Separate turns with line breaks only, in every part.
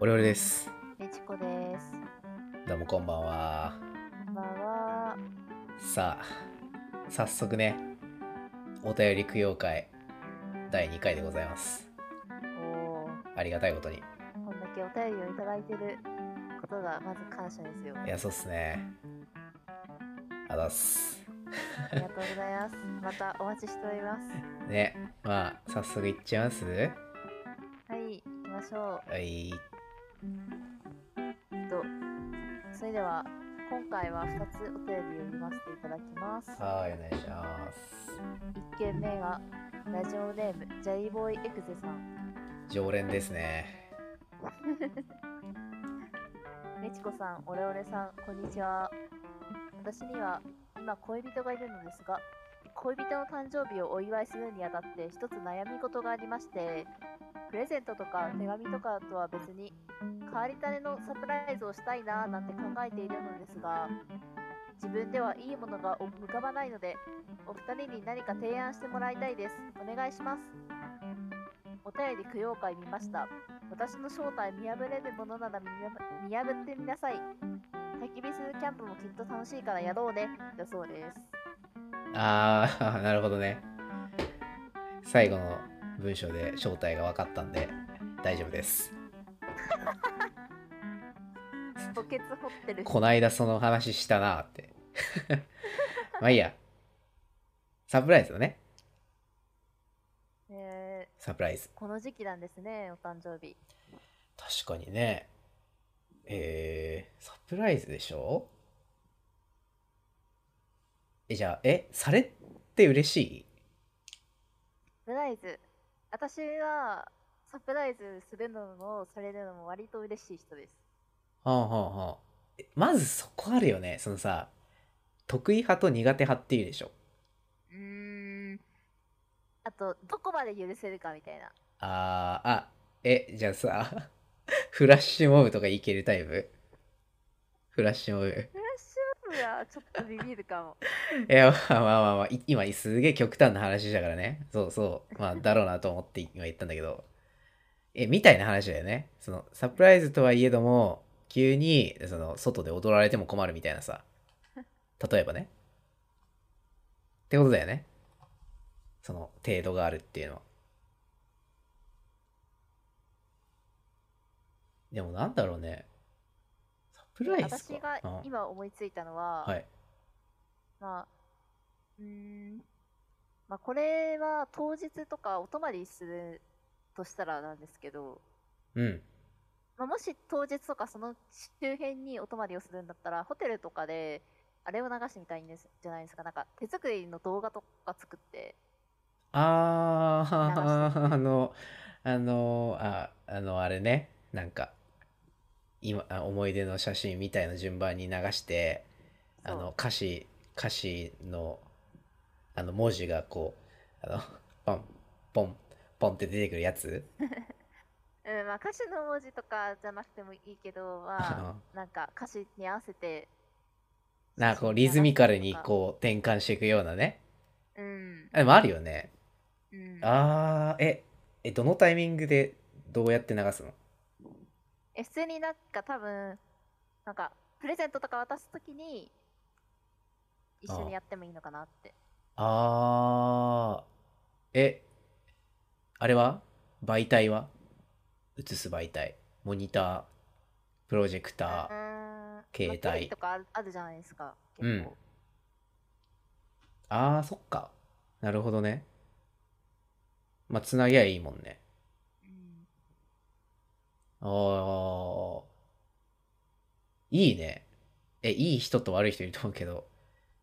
オレオレです。
ねちこです。
どうもこんばんは。
こんばんは。
さあ、早速ね、お便り供養会第2回でございます。
おお、
ありがたいことに。い
こんだけお便りをいただいてることがまず感謝ですよ。あ
や、そうっすね。あざっす。
りがとうございます。またお待ちしております。
ね、まあ、早速いっちゃいますは
はい、行きましょ
い。
う。と、それでは今回は2つお便りを読ませていただきます。
はい、お願いします。
1件目がラジオネームジャイボーイエクゼさん。
常連ですね。
ねちこさん、オレオレさん、こんにちは。私には今恋人がいるのですが、恋人の誕生日をお祝いするにあたって一つ悩み事がありまして、プレゼントとか手紙とかとは別に、変わり種のサプライズをしたいなぁなんて考えているのですが、自分ではいいものが浮かばないので、お二人に何か提案してもらいたいです。お願いします。お便り供養会見ました。私の正体見破れるものなら見破見破ってみなさい。焚き火するキャンプもきっと楽しいからやろうね。だそうです。
あー、 なるほどね。最後の文章で正体が分かったんで、大丈夫です。
墓穴掘ってる。
こないだその話したなーって。 まあいいや。サプライズだね。
えー
サプライズ。
この時期なんですね、お誕生日。
確かにね。えー、サプライズでしょえ、じゃあ、え、されって嬉しい
サプライズ。私はサプライズするのもされるのも割と嬉しい人です。
はあはあはあ。えまずそこあるよね。そのさ、得意派と苦手派っていうでしょ。
うーん。あと、どこまで許せるかみたいな。
あー、あ、え、じゃあさ、 フラッシュモブとかいけるタイプフラッシュモブ。
フラッシュアップはちょっとビビるかも。
いや、まあまあまあまあ、い今すげえ極端な話だからね。そうそう。まあ、だろうなと思って今言ったんだけど。え、みたいな話だよね。その、サプライズとはいえども、急に、その、外で踊られても困るみたいなさ。例えばね。ってことだよね。その、程度があるっていうのは。でもなんだろうね。サプライズ
私
か。
が
うん
今思いついたのは、
はい。
まあ、うーん、まあ、これは当日とかお泊まりするとしたらなんですけど、
うん。
まあ、もし当日とかその周辺にお泊まりをするんだったら、ホテルとかで、あれを流してみたいんですじゃないですか、なんか手作りの動画とか作って、
あ
流
あ、あの、あの、あ、あの、あれね、なんか、今、あ思い出の写真みたいな順番に流して、あ
そう
の、歌詞、歌詞の、あの、文字がこう、あの、ポン、ポン、ポンって出てくるやつ。
うんまあ、歌詞の文字とかじゃなくてもいいけど、まあ、なんか歌詞に合わせて、
なんかこう、リズミカルにこう、転換していくようなね。
う、うん、
あでもあるよね。
うん、
ああ、え、え、どのタイミングでどうやって流すの
え普通になんか多分なんかプレゼントとか渡すときに一緒にやってもいいのかなって
あー、え、あれは媒体は映す媒体。モニター、プロジェク
う
ター。
ーん
携帯
まあ距離とかあるあるじゃないですか
うん
結構
あー、そっか。なるほどね。まあ、つなぎゃいいもんね。
うん
あー、いいね。え、いい人と悪い人いると思うけど、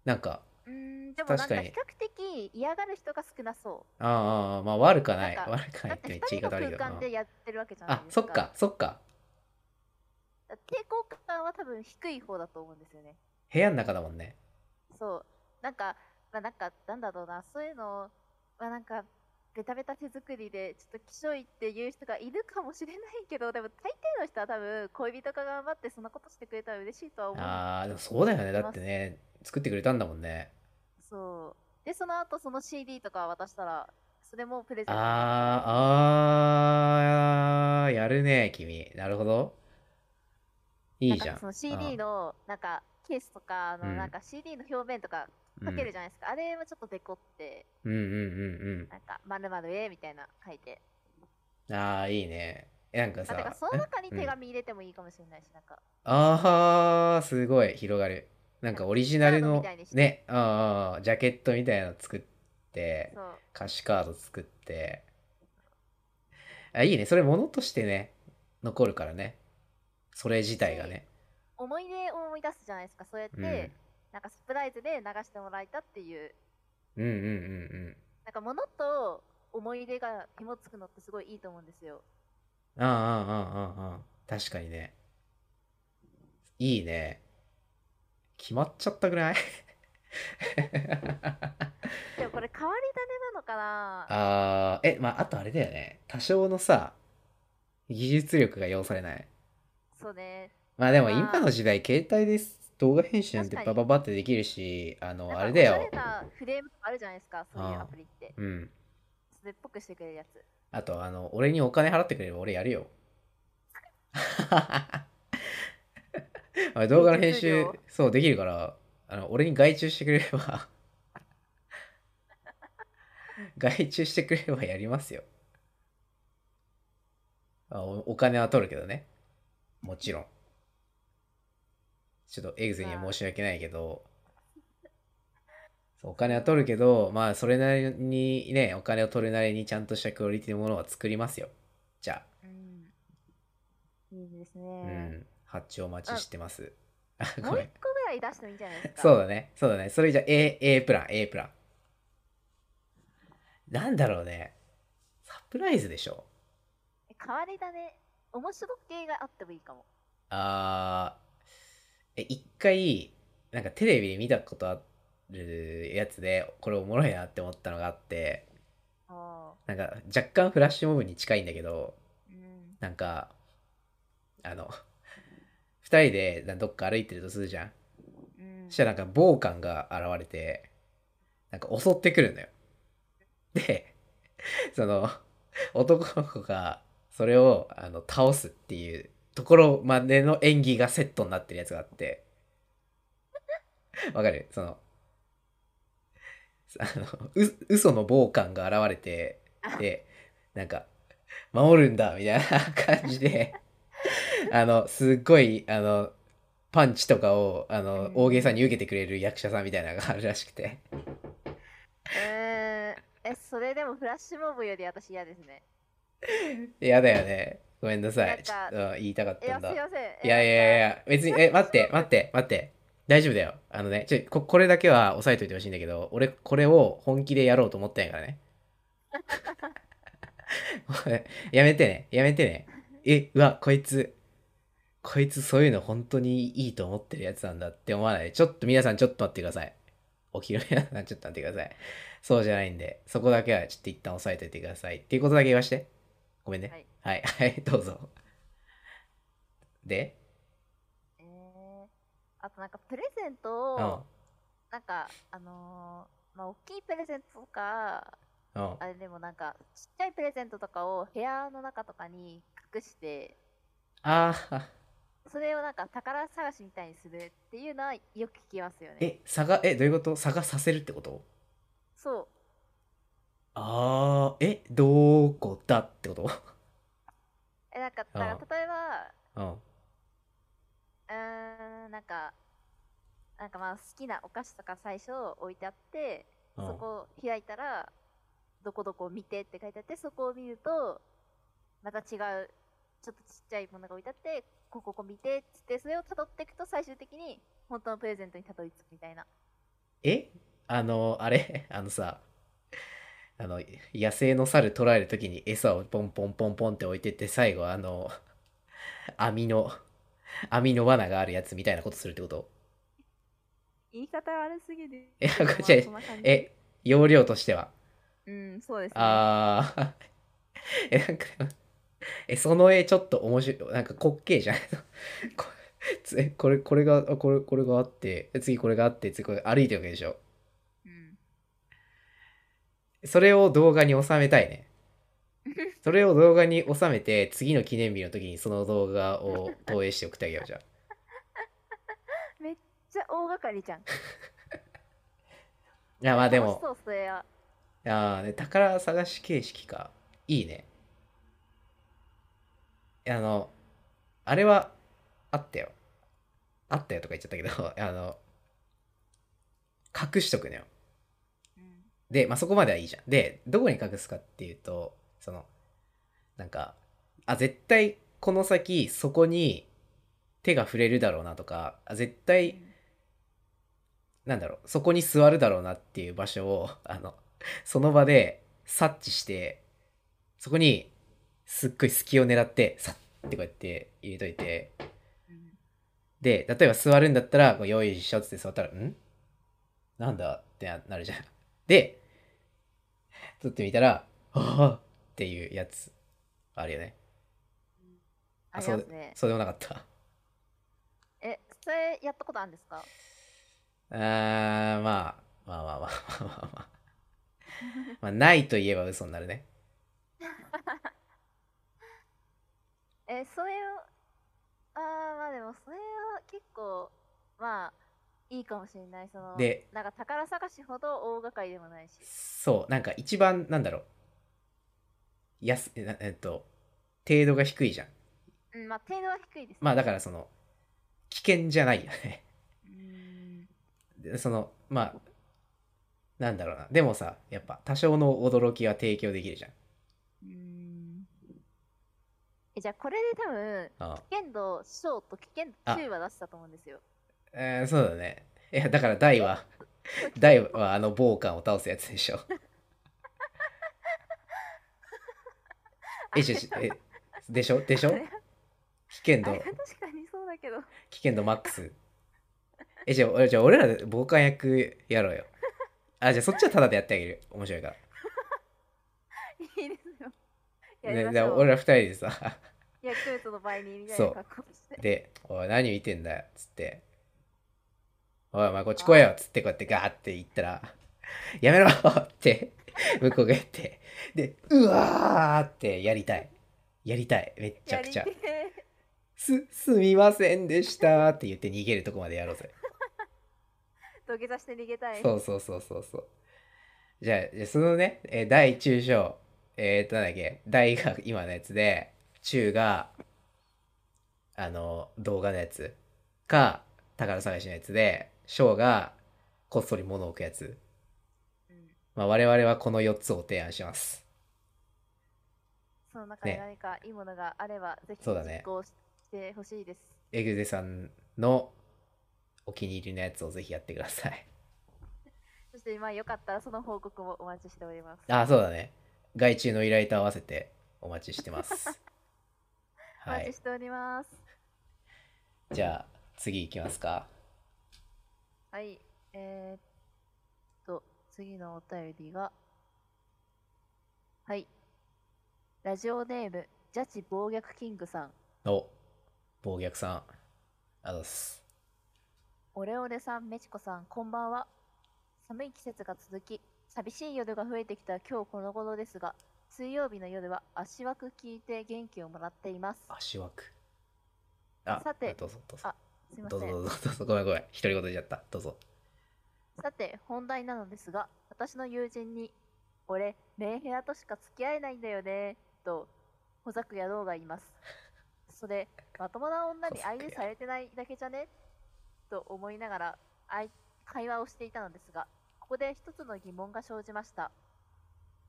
なんか、
うーんでもなんか
確
比
か
較
に
的嫌がる人が少なそ
あーあー、まあ、悪くはない。
なんか
悪く
う
はな
だ
い
っ
ってめ
て
っちゃ言
2
い方悪い
人の
け
空
ど。
間でやってるわけじゃない
あ、
です
そ
か
っか、そっか。
抵抗感は多分低い方だと思うんですよね
部屋の中だもんね。
そうなんかまあなんかなんだろうなそういうのをまあなんかベタベタ手作りでちょっときしょいっていう人がいるかもしれないけどでも大抵の人は多分恋人が頑張ってそんなことしてくれたら嬉しいとは思う
ああ、でもそうだよね。だってね、作ってくれたんだもんね。
そうでその後その CD とか渡したらそれもプレゼント
あー、あー、ー、やるね、君。なるほど。いいじゃ
なん
ん。
かその CD のなんかケースとかあ
う
の
ん
なんか CD の表面とかかけるじゃないですか、あれはちょっとデコって
うんうんうん
なんかまるまるえみたいな書いて
うん。ああ、いいね。なんか
あ
さ、
てかそ
ん
の中に手
うん
紙入れてもいいかもしれないしなんか
ああ、すごい、広がる。なんかオリジナル
カードみ
の
たいにして
ね、あーあー、ジャケットみたいなの作って、
そう
歌詞カード作って。あ、いいね。それ物としてね、残るからね。それ自体がね。
思い出を思い出すじゃないですかそうやって、
うん。うん
なんかサプライズで流してもらえたっていう
うんうんうん
なんか物と思い出が紐つくのってすごいいいと思うんですよ
うん。ああ、ああ、ああ、ああ。確かにね。いいね。決まっちゃったくらい
でもこれ変わり種なのかな
あーえまああとあれだよね多少のさ技術力が要されない
そうね
まあでも
まあ
今の時代携帯です動画編集なんて
確か
バ
に
ババってできるしあの
なんか
あれだ
おしゃ
よ
れなフレームとかあるじゃないですかそういうアプリって
うん
それっぽくしてくれるやつ
あとあの俺にお金払ってくれれば俺やる よあ動画の編集
技術量
そうできるからあの俺に外注してくれれば 外注してくれればやりますよあおお金は取るけどねもちろんちょっとエグゼには申し訳ないけど、そうお金は取るけど、まあ、それなりにね、お金を取るなりにちゃんとしたクオリティのものは作りますよ。じゃ
うんいいです
あ、う
ね、
ん、発注お待ちしてます。あ、
も
ご
う
め
一
ん。
個ぐらい出してもいいんじゃないですか
そうだね、そうだね。それじゃあ A、A プラン、A プラン。なんだろうね。サプライズでしょ。
変わり種面白系があってもいいかも
あーえ、一回、なんかテレビで見たことあるやつで、これおもろいなって思ったのがあって、
あ
なんか若干フラッシュモブに近いんだけど、
ーうん
なんか、あの、二人でなどっか歩いてるとするじゃん。
うん
そしたらなんか暴漢が現れて、なんか襲ってくるんだよ。で、その、男の子がそれをあの倒すっていうところまでの演技がセットになってるやつがあって。わかるその、あの、う、嘘の暴漢が現れて、で、なんか、守るんだみたいな感じ で、あの、すっごい、あの、パンチとかを、あの、
うん
大げさに受けてくれる役者さんみたいなのがあるらしくて。
えーえそれでもフラッシュモブより私嫌ですね
やだよね。ごめんなさい。ちょ
な
っ
んか
とうん言いたかっ
い
た
や
ん
す
だ。
い
い
ませんえ
やいやい
なんか
や、別に、え、待って、待って、待って。大丈夫だよ。あのね、ちょ、ここれだけは押さえといてほしいんだけど、俺、これを本気でやろうと思ったんやからね。 これやめてね、やめてね。え、うわ、こいつ、こいつそういうの本当にいいと思ってるやつなんだって思わないで。ちょっと皆さんちょっと待ってください。お披露目皆さんちょっと待ってください。そうじゃないんで、そこだけはちょっと一旦押さえといてください。っていうことだけ言わして。ごめんね。はい、はい、どうぞ。で、
えーあとなんかプレゼントを、
うん、
なんかあのーまあ大きいプレゼントとか
うん。
あれでもなんかちっちゃいプレゼントとかを部屋の中とかに隠して
ああ、
それをなんか宝探しみたいにするっていうのはよく聞きますよね
え、差が、え、どういうこと差がさせるってこと
そう
ああ、え、どこだってこと
えなんかだから
うん
例えば
うん。
うーんなんかなんかまあ好きなお菓子とか最初置いてあって、
うん
そこを開いたらどこどこを見てって書いてあってそこを見るとまた違うちょっとちっちゃいものが置いてあってここここ見てっつってそれを辿っていくと最終的に本当のプレゼントにたどり着くみたいな
えあの、あれあのさ、あの、野生の猿捕らえるときに餌をポンポンポンポンって置いてって、最後、あの、網の、網の罠があるやつみたいなことするってこと
言い方悪すぎる
えけどこっちはまあそえ、容量としては。
うんそうです
ああ、 え、なんか、え、その絵ちょっと面白い、なん か滑稽じゃないこつえこれ、これが、あこれ、これがあって、次これがあって、次これ歩いてるわけでしょ。それを動画に収めたいね。それを動画に収めて、次の記念日の時にその動画を投影して送ってあげようじゃん。
めっちゃ大掛かりじゃん。
いや、まあで
楽し
も、
そうそれは。
ああ、ね、宝探し形式か。いいね。いやあの、あれは、あったよ。あったよとか言っちゃったけど、 あの、隠しとくのよ。
うん
で、まあ、そこまではいいじゃん。で、どこに隠すかっていうと、その、なんか、あ、絶対この先そこに手が触れるだろうなとか、あ絶対、なんだろう、そこに座るだろうなっていう場所を、あの、その場で察知して、そこにすっごい隙を狙って、さってこうやって入れといて、
うん
で、例えば座るんだったら、こう用意しようっつって座ったら、んなんだってななるじゃん。で、撮ってみたら、ああっていうやつ、あるよね。
あり
そ
ます
う
ね。
そうでもなかった。
え、それやったことあるんですか
あー、まあ、まあまあまあまあまあまあ。まあ、ないと言えば嘘になるね。
え、それを、あー、まあでもそれは結構、まあ、いいかもしれない。その、
で
なんか宝探しほど大掛かりでもないし。
そう、なんか一番、なんだろう。やす、えなえっと、程度が低いじゃん。
うん、まあ程度は低いです、ね。
まあだからその、危険じゃないよね。
うん
でそのまあなんだろうなでもさやっぱ多少の驚きは提供できるじゃん
うんえじゃあこれで多分
ああ
危険度小と危険度中は出したと思うんですよ。
えーそうだねいやだから大は 大はあの暴漢を倒すやつでしょえちょちょえでしょでしょ
あれ
危険
あ
度
れ確かにそうだけど。
危険度マックスえじゃあ俺じゃあ俺らで暴漢役やろうよあじゃあそっちはタダでやってあげる面白いから
いいですよ。やり
ね
ま
じ
し
ゃあ
ょう。
俺ら二人でさ
ヤクルトの倍にみたいな格好して。
で、おい、何見てんだよ、つって。おい、お前こっち来いよ、つってこうやってガーって言ったら、やめろって、 向こうが言って、で、うわーってやりたい。やりたい。めっちゃ
や
く
り
ちゃ
て。え
す、すみませんでしたって言って逃げるとこまでやろうぜ。
土下座して逃げたい。
そうそうそうそうそう。じゃあ、じゃあそのね、えー大中小、えー、と、なんだっけ、大が今のやつで、中が、あの、動画のやつか、宝探しのやつで、小が、こっそり物を置くやつ。
うん
まあ、我々はこの4つを提案します。
その中で
ね
何かいいものがあれば、ぜひ
そうだね
実行してほしいです。
エグゼさんのお気に入りのやつをぜひやってください。
そして、まあよかったらその報告もお待ちしております。
あ、そうだね。外注の依頼と合わせてお待ちして ます。
お
は
待
い
ち。しております。
じゃあ、次行きますか。
はい。えー、っと、次のお便りが。はい。ラジオネーム、ジャチ暴虐キングさん。
お、暴虐さん。ありがとうございます。
オレオレさん、メチコさん、こんばんは。寒い季節が続き、寂しい夜が増えてきた今日この頃ですが、水曜日の夜は足枠聞いて元気をもらっています。
足枠。あ、
さて
どうぞどうぞ
あ。すいませ
どうぞど
ん。
うぞどうぞ。ごめんごめん。独り言言っちゃった。どうぞ。
さて、本題なのですが、私の友人に、俺、メンヘラとしか付き合えないんだよね、と、ほざく野郎がいます。それ、まともな女に相手されてないだけじゃねと思いながら、あい会話をしていたのですが、ここで一つの疑問が生じました。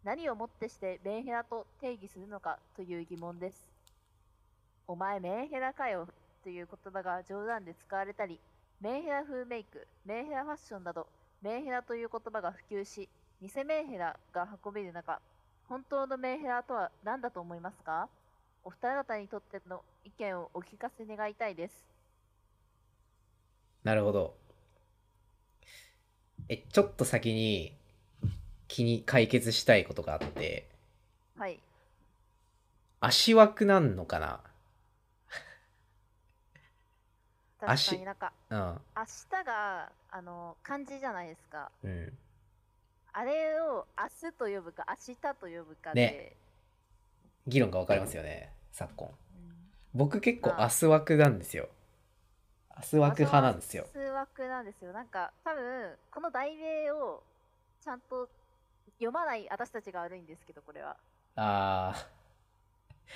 何をもってしてメンヘラと定義するのかという疑問です。お前メンヘラかよという言葉が冗談で使われたり、メンヘラ風メイク、メンヘラファッションなど、メンヘラという言葉が普及し、偽メンヘラが運びる中、本当のメンヘラとは何だと思いますかお二人方にとっての意見をお聞かせ願いたいです。
なるほど。え、ちょっと先に気に解決したいことがあって、
はい。
足枠なんのか
確か
足
になんか、
な
明日が、あの、漢字じゃないですか。
うん。うん。
あれを明日と呼ぶか、明日と呼ぶかで、
ね議論が分かれますよね昨今
うん
僕結構
まあ
明日枠なんですよ明日枠派なんですよ
数枠なんですよ。なんか多分この題名をちゃんと読まない私たちが悪いんですけどこれは。
あ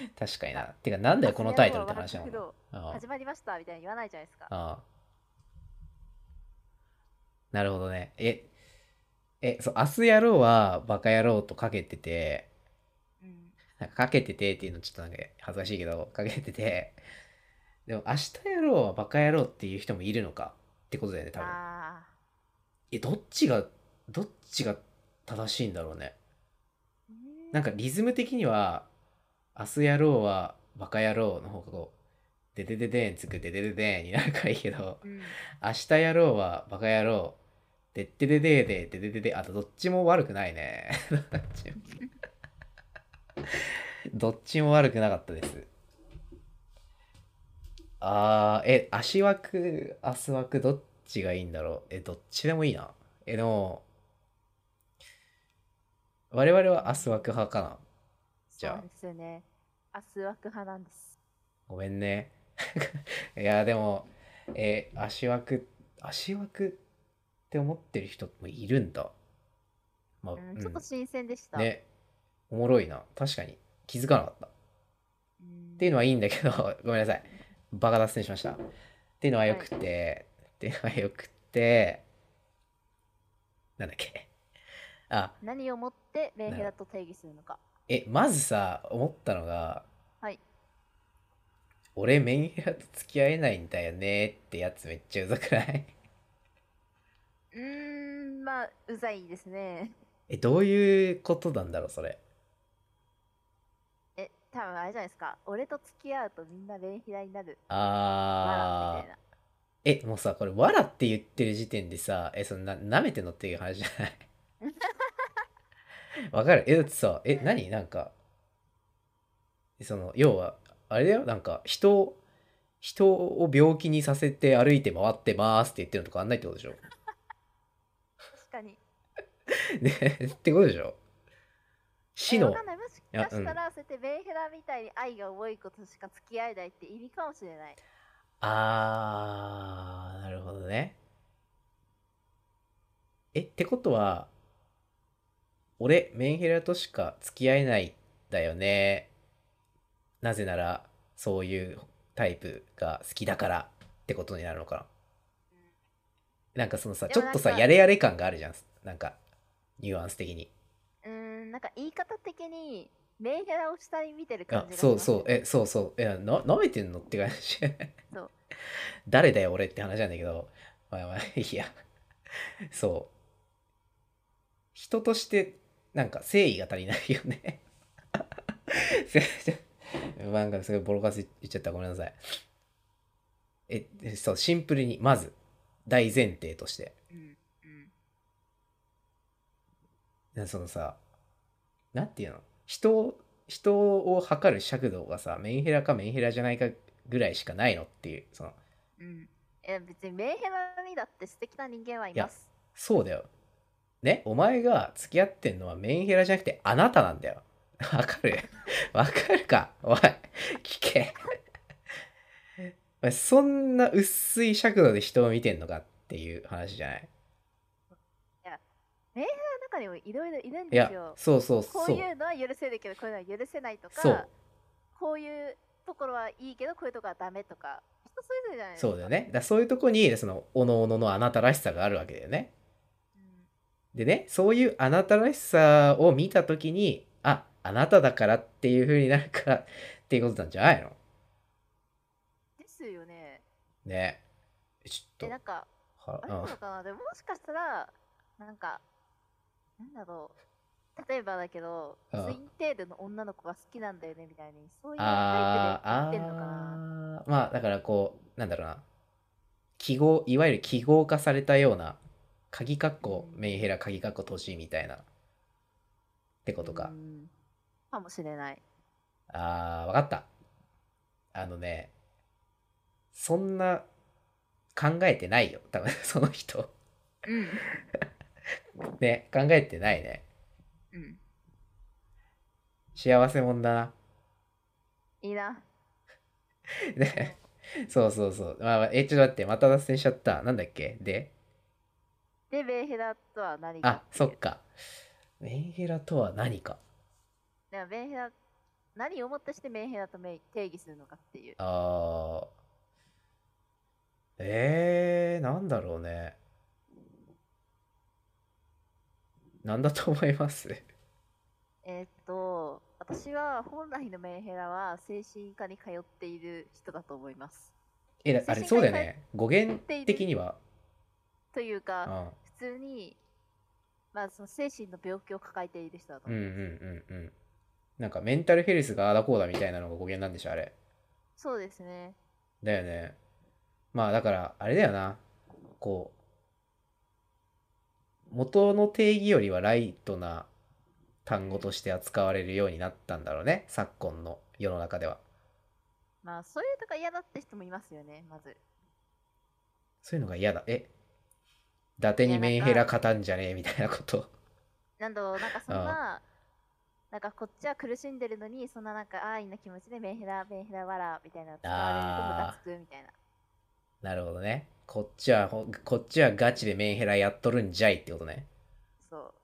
ー確かになてかなんだよこのタイトルって話なの
明日枠
あー
始まりましたみたいに言わないじゃないですか。
ああ。なるほどね。え、え、そう、明日やろうはバカ野郎とかけてて、
うん。
なんかかけててっていうのちょっとなんか恥ずかしいけど、かけてて、でも明日やろうはバカ野郎っていう人もいるのかってことだよね、多分。
ああ。
え、どっちが、どっちが正しいんだろうね。なんかリズム的には、明日やろうはバカ野郎の方がこう、ででででんつくででででんになるからいいけど、
うん。
明日やろうはバカ野郎。でってででででででであとどっちも悪くないね。 どっちもどっちも悪くなかったです。あー、え、足枠、明日枠どっちがいいんだろう。え、どっちでもいいな。え、でも、我々は明日枠派かな。じゃあ
そうですよね。明日枠派なんです。
ごめんね。 いや、でも、えー足枠、足枠って思ってる人もいるんだ。まあ、
う
うん
ん、ちょっと新鮮でした。
ね、おもろいな。確かに。気づかなかった。っ
うん。
ていうのはいいんだけど、 ごめんなさい。バカ脱線しました。っていうのはよくて、っていうのはよくて、なんだっけ。あ、
何をもって米兵だと定義するのか。
え、まずさ、思ったのが、
はい。
俺メンヘラと付き合えないんだよねってやつめっちゃうざくないう
ーん、まあ、うざいですね。
え、どういうことなんだろう、それ。
え、多分あれじゃないですか。俺と付き合うとみんな弁平になる。わら
あ
みた
ー。
いな。
え、もうさ、これ、わらって言ってる時点でさ、え、そのな、舐めてんのっていう話じゃない わかるえ、だってさ、え、何なんか、その、要は、あれだよ、なんか、人を、人を病気にさせて歩いて回ってますって言ってるのとかあんないってことでしょ
確かに。
ね、 ってことでしょ死
えわ
の
か、んない。もし
や
かしたら、そうやって弁平みたいに愛が多いことしか付き合えないって意味かもしれない。
あー、なるほどね。え、ってことは、俺、メンヘラとしか付き合えないんだよね。なぜなら、そういうタイプが好きだからってことになるのかな。なんかそのさ、
で
ち
も
ょっとさ、
なんか
やれやれ感があるじゃん。なんか、ニュアンス的に。
うーん、なんか言い方的に、弁平を下に見てる感
あ
じ、がします
そうそう、え、そうそう、いや、な、舐めてんのって感じ
そう。
誰だよ、俺って話なんだけど、まあまあ、いや、そう。人として、なんか、誠意が足りないよね。 すいませんなんか、すごいボロカス言っちゃった。ごめんなさい。え、そう、シンプルに、まず、大前提として。
うん。うん。
なそのさ、なんていうの人を、人を測る尺度がさ、メンヘラかメンヘラじゃないかぐらいしかないのっていう、その、
うん。いや、別に弁平にだって素敵な人間はいます。
そうだよ。ねお前が付き合ってんのはメンヘラじゃなくてあなたなんだよ。わかる わかるかおい、聞け。お前そんな薄い尺度で人を見てんのかっていう話じゃない
中にもいろいろいるん
い
で
や
すよ、。
そうそうそう。
こういうのは許せるけど、こういうのは許せないと
そ
か
う、
こういうところはいいけど、こういうところはダメとか、人それぞれじゃないですか。
そうだよね。だからそういうとこに、その、おのおののあなたらしさがあるわけだよね。
うん
でね、そういうあなたらしさを見たときに、あ、あなただからっていう風になるから っていうことなんじゃないの
ですよね。
ね。ちょ
え、
っ
なんか、
と、は
あ
う
れなんのかなでももしかしたら、なんか、なんだろう。例えばだけど、ツ
う
イ
ん
ンテールの女の子が好きなんだよねみたいに、そういうタ
あー
イプで言ってんのかな。
あーまあだからこうなんだろうな記号いわゆる記号化されたような鍵括弧
うん
メンヘラ鍵括弧閉じみたいなってことか、
うんかもしれない。
あーわかったあのねそんな考えてないよ多分その人
うん。
ね考えてないね
うん。
幸せもんだな
いいな。
ねそうそうそう。まあまあ、え、ちょっと待って、また脱線しちゃった。なんだっけで、
で、メンヘラとは何か
あ、
てい
そうっ。か。メンヘラとは何か。
だからメンヘラ、何をもってしてメンヘラとめい定義するのかっていう。
あー。えー、なんだろうね。なんだと思います
えーっと、私は本来のメンヘラは精神科に通っている人だと思います。
え、だあれ、そうだよね。語源
っている
的には。
という
うん。
か、普通に、まあ、その精神の病気を抱えている人だと
うんう
思
ん
う。
うんうん。なんかメンタルヘルスがああだこうだみたいなのが語源なんでしょ、あれ。
そうですね。
だよね。まあだから、あれだよな。こう、元の定義よりはライトな単語として扱われるようになったんだろうね。昨今の世の中では。
まあ、そういうとか嫌だって人もいますよね、まず。
そういうのが嫌だ。え、伊達にメンヘラ勝たんじゃねえみたいなこと。
なんだろう、なんかそん
うん
な、なんかこっちは苦しんでるのに、そんななんか安易な気持ちでメンヘラ、メンヘラわらみたいな、使われるとムカつくみたいな。
なるほどね。こっちはほ、こっちはガチでメンヘラやっとるんじゃいってことね。
そう。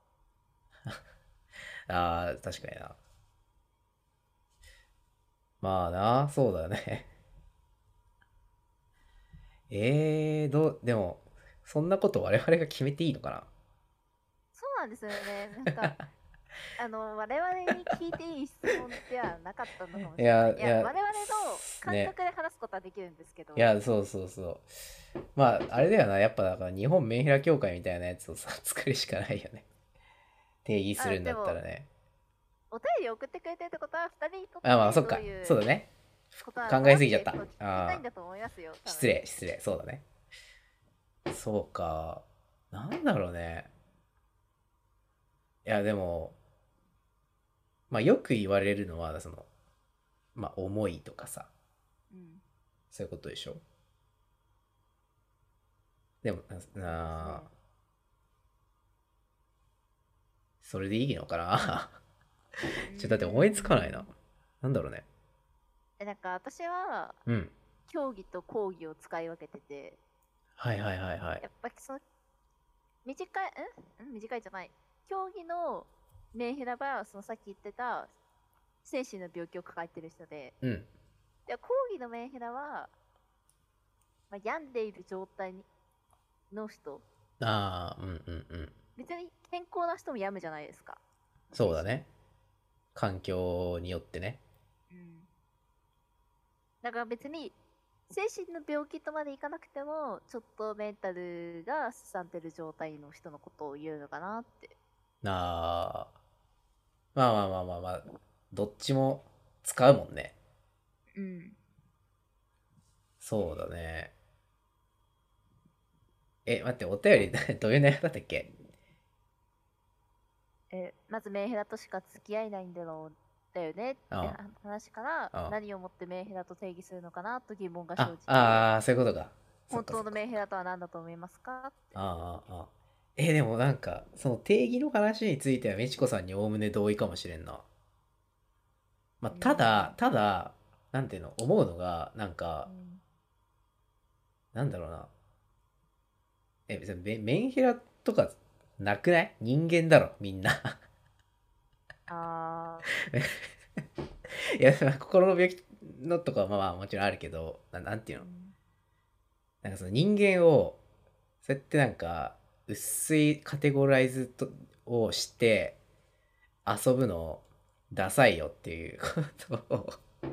ああ、確かにな。まあな、そうだね。 ええー、どう、でも、そんなこと我々が決めていいのか
そうなんですよね。なんか、 あの、我々に聞いていい質問ではなかったのかもし
い
れな
や、
い。いや、我々の感
ね
覚で話すことはできるんですけど、
いや、そうそうそう。まあ、あれだよな、やっぱだから日本メンヘラ協会みたいなやつをさ、作るしかないよね。定義するんだったらね。
お便り送ってくれてるってことは、二人にとって
あ、まあ、そっ
ど
か
うい。う
そうだね。
ことなのかな
考えすぎちゃった
ていうことを聞きたいんだと思いますよ。多分
失。礼、失礼、そうだね。そうか。なんだろうね。いや、でも、まあ、よく言われるのは、その、まあ、思いとかさ、
うん。
そういうことでしょ。でも、なあー、それでいいのかなちょ、だって思いつかないな。なんだろうね。
え、なんか私は、
うん。
競技と講義を使い分けてて、
はいはいはいはい
や。っぱりその、短い、んん短いじゃない。競技のメンヘラは、そのさっき言ってた、精神の病気を抱えてる人で、
うん。
で講義のメンヘラは、まあ、病んでいる状態にの人、
ああ、うんうんうん。
別に健康な人も病むじゃないですか。
そうだね。環境によってね。
うん。だから別に、精神の病気とまでいかなくても、ちょっとメンタルがすさんでる状態の人のことを言うのかなって。
あーまあまあまあまあまあ、どっちも使うもんね。
うん。
そうだね。え、待って、お便り、 どういう内容だったっけ
えまずメンヘラとしか付き合えないんだろうだよねって
ああ
話から
ああ
何をもってメンヘラと定義するのかなと疑問が生
あ
じ、て
あーそういうことか。そっ
本
かそっ
当
か
のメンヘラとは何だと思いますかって
ああ、ああ。え、でもなんか、その定義の話については、美智子さんにおおむね同意かもしれんな。まあ、ただ、ただ、なんていうの、思うのが、なんか、なんだろうな。え、別にメメンヘラとかなくない人間だろ、みんな。
ああ
いや、その心の病気のとかはまあまあもちろんあるけど、ななんていうのなんかその人間を、そうやってなんか、薄いカテゴライズとをして遊ぶのダサいよっていうことを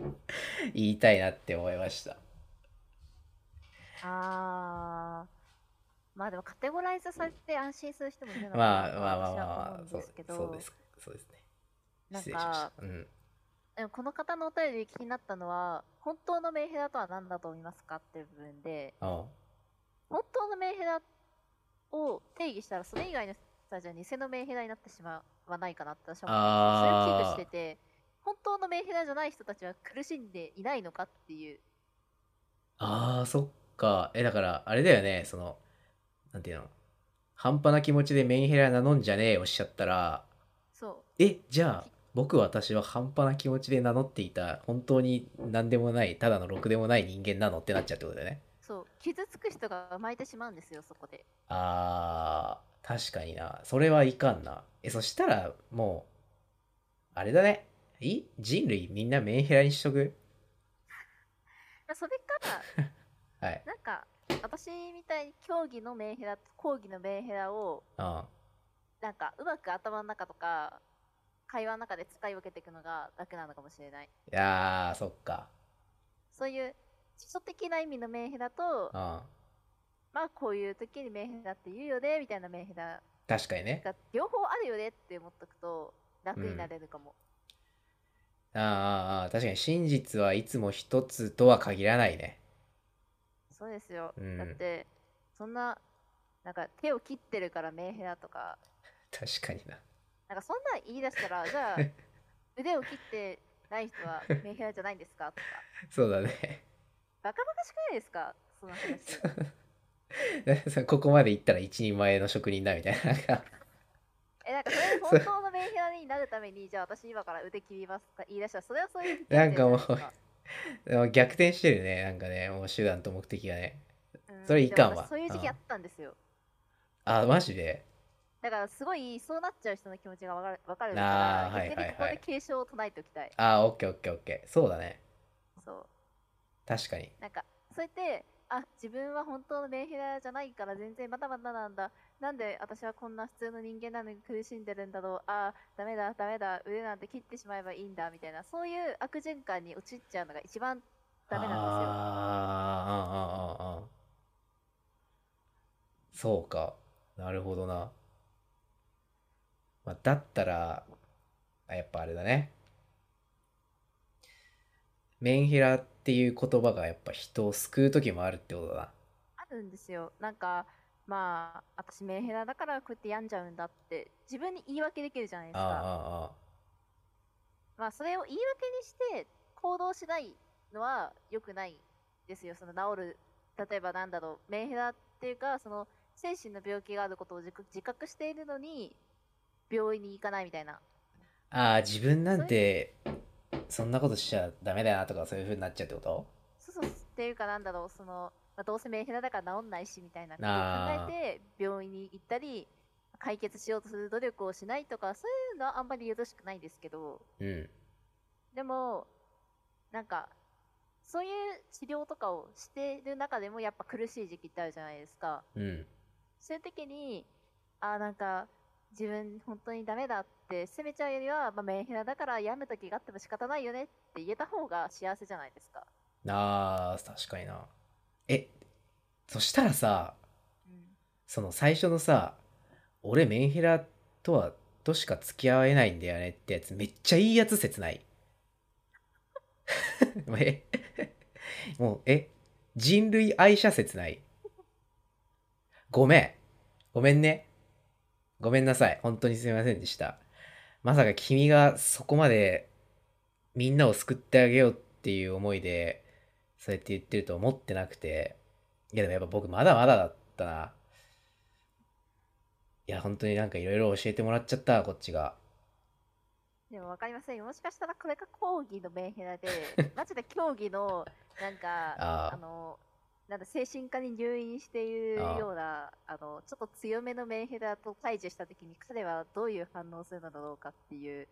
言いたいなって思いました。
あーまあでもカテゴライズされて安心する人もいるのかな
まあまあまあ
と
まあ
私は
まあ
思、うん
そう
ですけ
そう
ど
です。そうですね。
なん
失礼しました
か。
うん。
でもこの方のお便りで気になったのは本当のメンヘラとは何だと思いますかっていう部分で
あ
本当のメンヘラを定義したらそれ以外の人たちは偽のメンヘラになってしまわないかなって私は思って
あ
それを危惧してて本当のメンヘラじゃない人たちは苦しんでいないのかっていう
ああ、そっか。え、だから、あれだよね、その、なんていうの、半端な気持ちでメンヘラ名乗んじゃねえをしちゃったら、
そ
え、じゃあ、僕私は半端な気持ちで名乗っていた本当に何でもないただのろくでもない人間なのってなっちゃうってことだよね
そう傷つく人が巻いてしまうんですよそこで
あー確かになそれはいかんなえそしたらもうあれだねい人類みんなメンヘラにしとく
まあそれから
はい
なんか私みたいに競技のメンヘラ講義のメンヘラを
あ
なんかうまく頭の中とか会話の中で使い分けていくのが楽なのかもしれない
いやーそっか
そういう基礎的な意味のメンヘラと
あ
まあこういう時にメンヘラって言うよねみたいなメンヘラ
確かにね
が両方あるよねって思っとくと楽になれるかも、
あーあーあー確かに真実はいつも一つとは限らないね
そうですよ、
うん
だってそんななんか手を切ってるからメンヘラとか
確かにな
なんかそんなん言い出した らじゃあ腕を切ってない人はメンヘラじゃないんですかとか
そうだね
バカバカしくないですかその話
そうここまで行ったら一人前の職人だみたいななんか
えなんかそれで本当のメンヘラになるためにじゃあ私今から腕切りますとか言い出したらそれはそういう不健全じゃいです
なんかでも逆転してるねなんかねもう手段と目的がね
うん
それいかんわ
でも私そういう時
う
期
ん
あったんですよ
あマジで
だからすごいそうなっちゃう人の気持ちがわかるわかるか
あ
ら
ーはい
逆にここ
はいは
で
い
警鐘を唱えておきたい、
あーオッケーオッケーオッケーそうだね
そう
確かに
なんかそうやってあ自分は本当のメンヘラじゃないから全然まだまだなんだなんで私はこんな普通の人間なのに苦しんでるんだろうあーダメだダメだ腕なんて切ってしまえばいいんだみたいなそういう悪循環に陥っちゃうのが一番ダメなんで
あーあーあーあーあーそうかなるほどな、まあ、だったらあやっぱあれだねメンヘラっていう言葉がやっぱ人を救う時もあるってことだな
すよあるんですよなんかまあ私メンヘラだからこうやって病んじゃうんだって自分に言い訳できるじゃないです
ああ
か
あああ
まあそれを言い訳にして行動しないのは良くないですよその治る例えばなんだろうメンヘラっていうかその精神の病気があることを自覚自覚しているのに病院に行かないみたいな
ああ自分なんてそんなことしちゃダメだなとかそういう風になっちゃうってこと
そうそうっていうかなんだろうその、まあ、どうせメンヘラだから治んないしみたいな
あー
ことを考えて病院に行ったり解決しようとする努力をしないとかそういうのはあんまりよろしくないですけど
うん
でもなんかそういう治療とかをしてる中でもやっぱ苦しい時期ってあるじゃないですか
うん
そういう時にあーなんか自分本当にダメだって責めちゃうよりは、まあ、メンヘラだからやむ時があっても仕方ないよねって言えた方が幸せじゃないですか、
あー確かになえそしたらさその最初のさ「俺メンヘラとはとしか付き合えないんだよね」ってやつめっちゃいいやつ切ない え もうえ人類愛者切ないごめんごめんねごめんなさい本当にすみませんでしたまさか君がそこまでみんなを救ってあげようっていう思いでそうやって言ってると思ってなくていやでもやっぱ僕まだまだだったな。いや、本当になんかいろいろ教えてもらっちゃった、こっちが。
でも分かりませんよもしかしたらこれが講義のメンヘ ラでマジで競技のなんか
あー
のなんだ精神科に入院している
あー
ようなあのちょっと強めのメンヘラと対峙した時に彼はどういう反応をするのだろうかっていう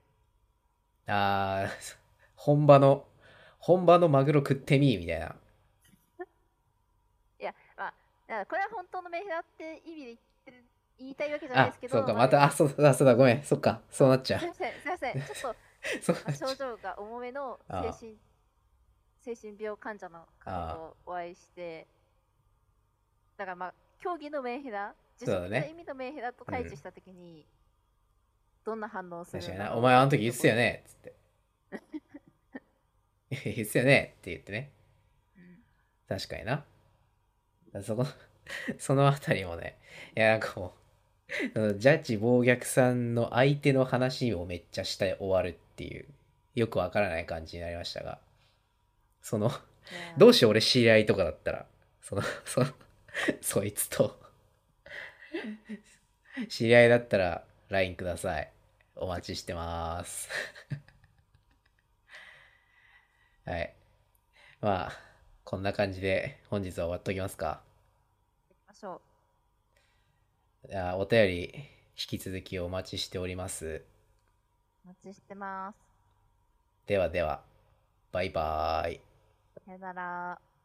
あー、 本場の、本場のマグロ食ってみーみたいな。
だからこれは本当のメンヘラって意味で言ってる言いたいわけじゃないで
あ
すけ、ど
そうか、
まあ
また、あ、そうだ、そうだ、ごめん、そっか、そうなっちゃ。
すいうませんすいませんちょっ
そう
とま
な
あ
っちゃ
症
う。
状が重めの
ああ
精神精神病患者の方とお会いしてだからまあ競技のメンヘラ
そうだね
自分の意味のメンヘラと対峙した時に、どんな反応をする
確かに
だろ
な、
う
お前あの時言ってたよ ね、つって。言ってたよね、って言ってね。
うん
確かにな。だからそこ、 そのあたりもね、いや、なんかもう、そのジャッジ暴虐さんの相手の話をめっちゃして終わるっていう、よくわからない感じになりましたが、その、
ね
どうしよう俺知り合いとかだったら、その、 その、そいつと、知り合いだったら LINE ください。お待ちしてます。 はい。まあ、こんな感じで本日は終わっときますか。
きましょ
いやお便り、引き続きお待ちしております。
う。お待ちしてます。
ではでは、バイバーイ。
さよなら。